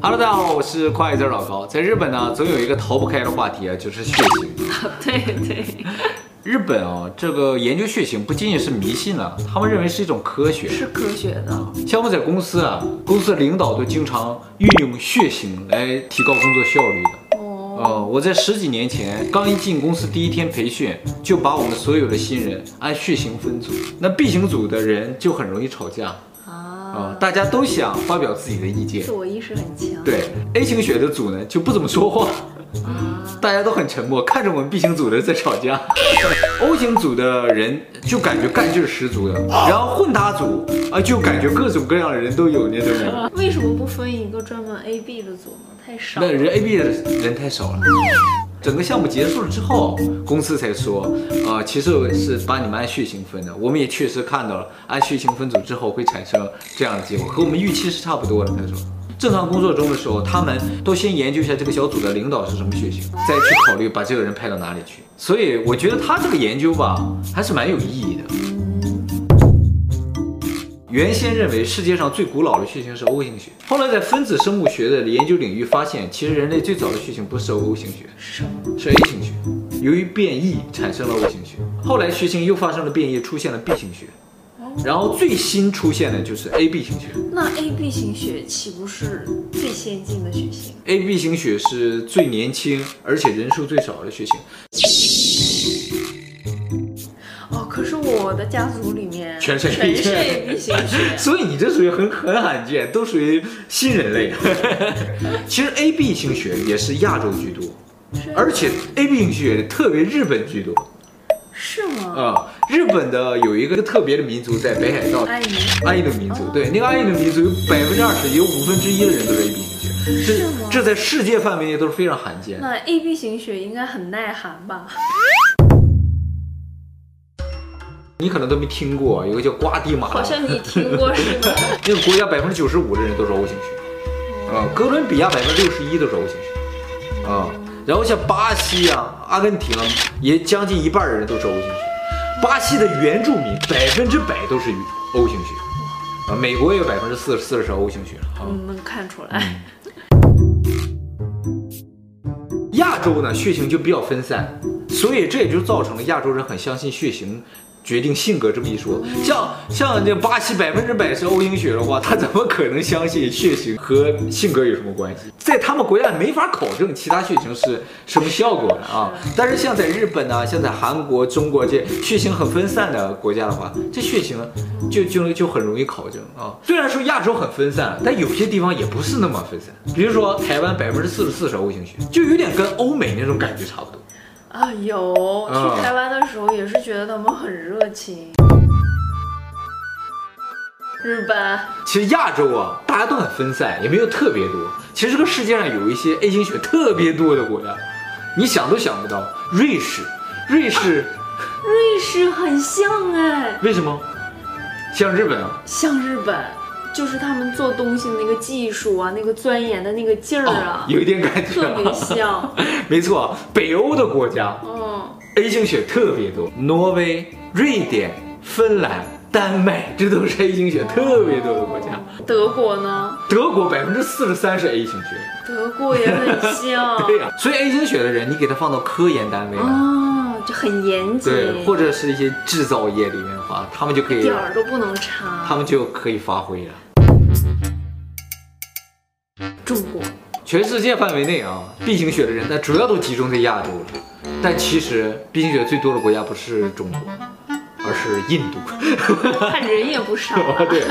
Hello，大家好，我是快一字老高。在日本呢，总有一个逃不开的话题啊，就是血型。 对对，日本啊，这个研究血型不仅仅是迷信了，他们认为是一种科学。是科学的。像我在公司啊，公司的领导都经常运用血型来提高工作效率的。哦，哦，我在十几年前刚一进公司第一天培训，就把我们所有的新人按血型分组。那 B 型组的人就很容易吵架啊、啊，大家都想发表自己的意见自。我意识很强。对 A 型血的组呢，就不怎么说话，啊，大家都很沉默，看着我们 B 型组的人在吵架。O 型组的人就感觉干劲儿十足的，然后混搭组啊，就感觉各种各样的人都有那种。为什么不分一个专门 A B 的组呢？太少那了。人 A、B 的人太少了。整个项目结束了之后，公司才说，啊、其实我是把你们按血型分的。我们也确实看到了，按血型分组之后会产生这样的结果，和我们预期是差不多的。他说，正常工作中的时候，他们都先研究一下这个小组的领导是什么血型，再去考虑把这个人派到哪里去。所以我觉得他这个研究吧，还是蛮有意义的。原先认为世界上最古老的血型是 O 型血，后来在分子生物学的研究领域发现，其实人类最早的血型不是 O 型血，什么？是 A 型血。由于变异产生了 O 型血，后来血型又发生了变异，出现了 B 型血，然后最新出现的就是 AB 型血。那 A B 型血岂不是最先进的血型？ AB 型血是最年轻而且人数最少的血型，哦，可是我的家族里面全是是 AB 型 A B 型 血。所以你这属于很很罕见，都属于新人类。 其实 AB 型血也是亚洲居多，是而且 AB 型血特别日本居多。是吗？啊、日本的有一个特别的民族在北海道，爱你阿伊努民族，对，那个阿伊努民族有百分之二十，有五分之一的人都是 AB 型血，是这吗这在世界范围内都是非常罕见。那 A B 型血应该很耐寒吧？你可能都没听过，有个叫瓜地马好拉，像你听过似的。那个国家百分之九十五的人都是 O 型血，嗯啊、哥伦比亚百分之六十一都是 O 型血，啊、然后像巴西啊、阿根廷啊，也将近一半的人都是 O 型血，巴西的原住民百分之百都是 O 型血，啊，美国也有百分之四四是 O 型血啊。嗯，能看出来。亚洲呢，血型就比较分散，所以这也就造成了亚洲人很相信血型决定性格这么一说。像像这巴西百分之百是 O 型血的话，他怎么可能相信血型和性格有什么关系？在他们国家也没法考证其他血型是什么效果的啊。但是像在日本呢、像在韩国、中国这血型很分散的国家的话，这血型就就就很容易考证啊。虽然说亚洲很分散，但有些地方也不是那么分散，比如说台湾百分之四十四是 O 型血，就有点跟欧美那种感觉差不多。啊，有啊去台湾的时候也是觉得他们很热情。日本其实亚洲啊，大家都很分散，也没有特别多。其实这个世界上有一些 A 型血特别多的国家，你想都想不到。瑞士，瑞士瑞士很像哎，为什么？像日本啊，像日本，就是他们做东西的那个技术啊，那个钻研的那个劲儿啊，哦有一点感觉、特啊，别像。没错，北欧的国家嗯， A 型血特别多，挪威、瑞典、芬兰、丹麦，这都是 A 型血特别多的国家。德国呢？德国百分之四十三是 A 型血，德国也很像。 对呀、所以 A 型血的人，你给他放到科研单位啊，啊，就很严谨，对，或者是一些制造业里面的话，他们就可以点，儿都不能他差。们就可以发挥了。中国全世界范围内啊，B 型血的人，那主要都集中在亚洲了。但其实 B 型血最多的国家不是中国，而是印度。看人也不少 啊。对，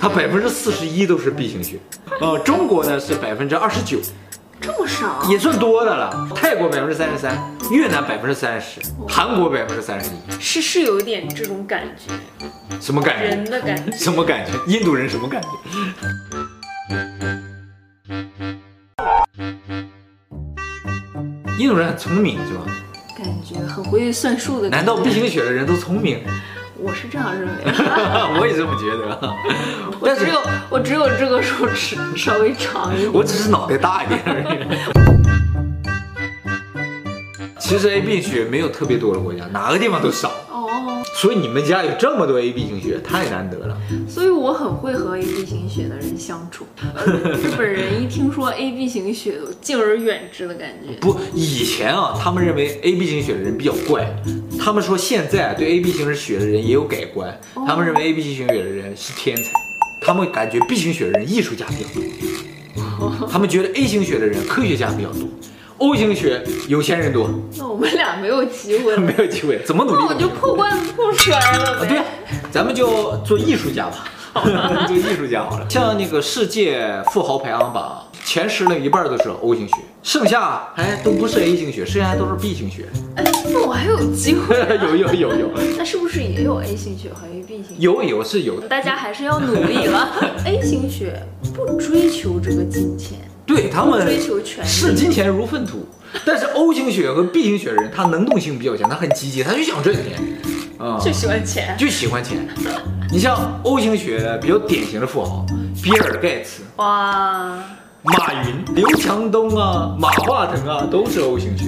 它百分之四十一都是 B 型血。呃，中国呢是百分之二十九，这么少？啊也算多的了。泰国百分之三十三，越南百分之三十，韩国百分之三十一，是是有一点这种感觉，什么感觉？人的感觉。什么感觉？印度人什么感觉？ 印度人很聪明是吧？感觉很会算数的难感觉。道 B 型血的人都聪明？ 我是这样认为的？我也这么觉得，我但是只有我只有这个手指稍微长一点。我只是脑袋大一点而 已。其实 A B 血没有特别多的国家，哪个地方都少。哦，所以你们家有这么多 A B 型血，太难得了。所以我很会和 A B 型血的人相处。呃日本人一听说 A B 型血，敬而远之的感觉。不，以前啊，他们认为 A B 型血的人比较怪，他们说现在啊对 A B 型血的人也有改观，哦他们认为 A B 型血的人是天才，他们感觉 B 型血的人艺术家比较多，哦他们觉得 A 型血的人科学家比较多，O 型血有钱人多， 那我们俩没有机会了没，有机会，怎么努那力我都没就有。破罐子破摔了啊，呗。对啊，咱们就做艺术家吧， 做艺术家好了。像那个世界富豪排行榜前十的一半都是 O 型血，剩下还都不是 A 型血，剩下都是 B 型血。哎，那我还有机会。啊 有有有有那是不是也有 A 型血和 AB 型血？有有是有的，大家还是要努力了。A 型血不追求这个金钱，对他不们追求权视利。金钱如粪土，但是 O 型血和 B 型血的人，他能动性比较强，他很积极，他就想挣钱，啊、就喜欢钱就喜欢钱。你像 O 型血比较典型的富豪，比尔盖茨。哇！马云、刘强东啊、马化腾啊，都是 O 型血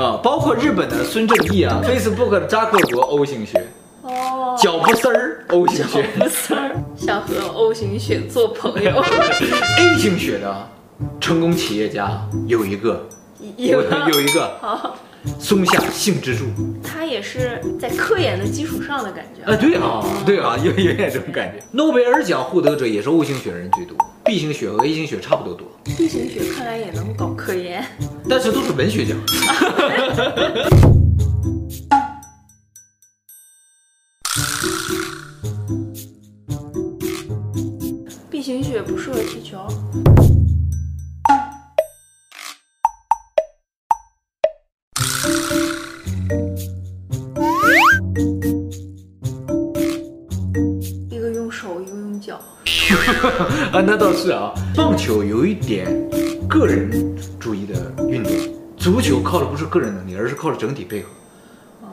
啊，包括日本的孙正义啊、Facebook 的扎克伯 O 型血，哦，脚不丝儿 O 型血不丝儿，想和 O 型血做朋 友， ，A 型血的成功企业家有一个，有我有一个好，松下幸之助他也是在科研的基础上的感觉。啊，对啊，对啊， 有有点这种感觉。诺贝尔奖获得者也是 O 型血的人最多，B 型血和 A 型血差不多多， B 型血看来也能搞科研，但是都是文学奖。 B 型血不适合踢球。一个用手，一个用脚。啊，那倒是啊。棒球有一点个人主义的运动，足球靠的不是个人能力，而是靠的整体配合。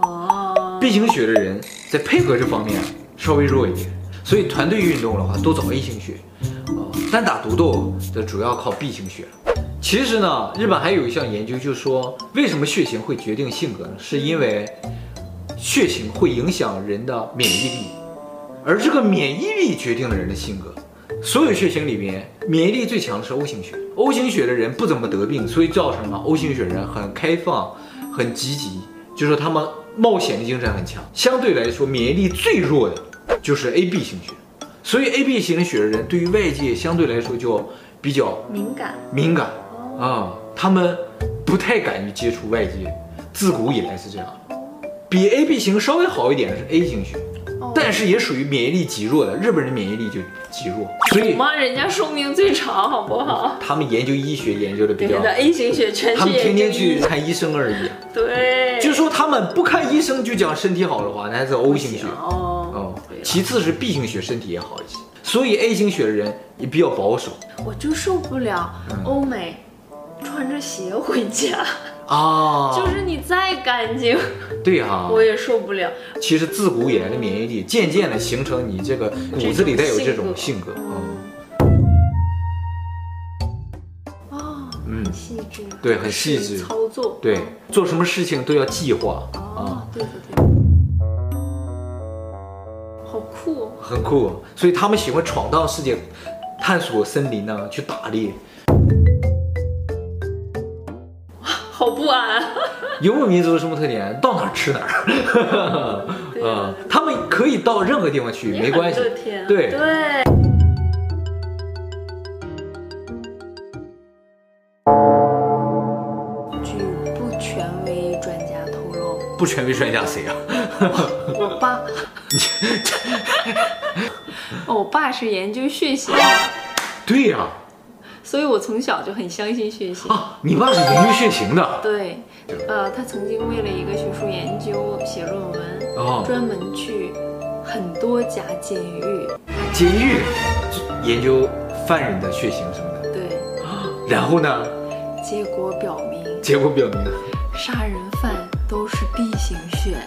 哦， B 型血的人在配合这方面稍微弱一点，所以团队运动的话都找 A 型血，呃，单打独斗的主要靠 B 型血了。其实呢，日本还有一项研究，就是说为什么血型会决定性格呢？是因为血型会影响人的免疫力，而这个免疫力决定了人的性格。所有血型里面，免疫力最强的是 O 型血。O 型血的人不怎么得病，所以造成了 O 型血人很开放、很积极，就说他们冒险的精神很强。相对来说，免疫力最弱的就是 AB 型血，所以 AB 型血的人对于外界相对来说就比较敏感。敏感啊、他们不太敢于接触外界，自古以来是这样。比 AB 型稍微好一点的是 A 型血，哦但是也属于免疫力极弱的。日本人免疫力就极弱，所以妈，人家寿命最长，好不好？他们研究医学研究的比别较，的 A 型血全他是们天天研究去医，看医生而已。对，就说他们不看医生就讲身体好的话，那是 O 型血。哦哦，对了其次是 B 型血，身体也好一些。所以 A 型血的人也比较保守我就受不了嗯欧美穿着鞋回家，啊，就是你再干净，对哈、我也受不了。其实自古以来的免疫力，渐渐的形成你这个骨子里带有这种性格。嗯，哦，嗯细致，对很细致操作，对，做什么事情都要计划啊哦，，对对对，好酷哦，很酷。啊所以他们喜欢闯荡世界，探索森林呢、去打猎。好不安，游牧民族有什么特点？到哪儿吃哪儿。 对 嗯，啊他们可以到任何地方去，没关系也。很乐天啊对对，据不权威专家透露，不权威专家谁啊？我 爸，哦我爸是研究血型，对呀、所以我从小就很相信血型啊，。你爸是研究血型的。对，呃，他曾经为了一个学术研究写论文，哦，专门去很多家监狱，监狱研究犯人的血型什么的。对，然后呢，结果表明结果表明。杀人犯都是 B 型血。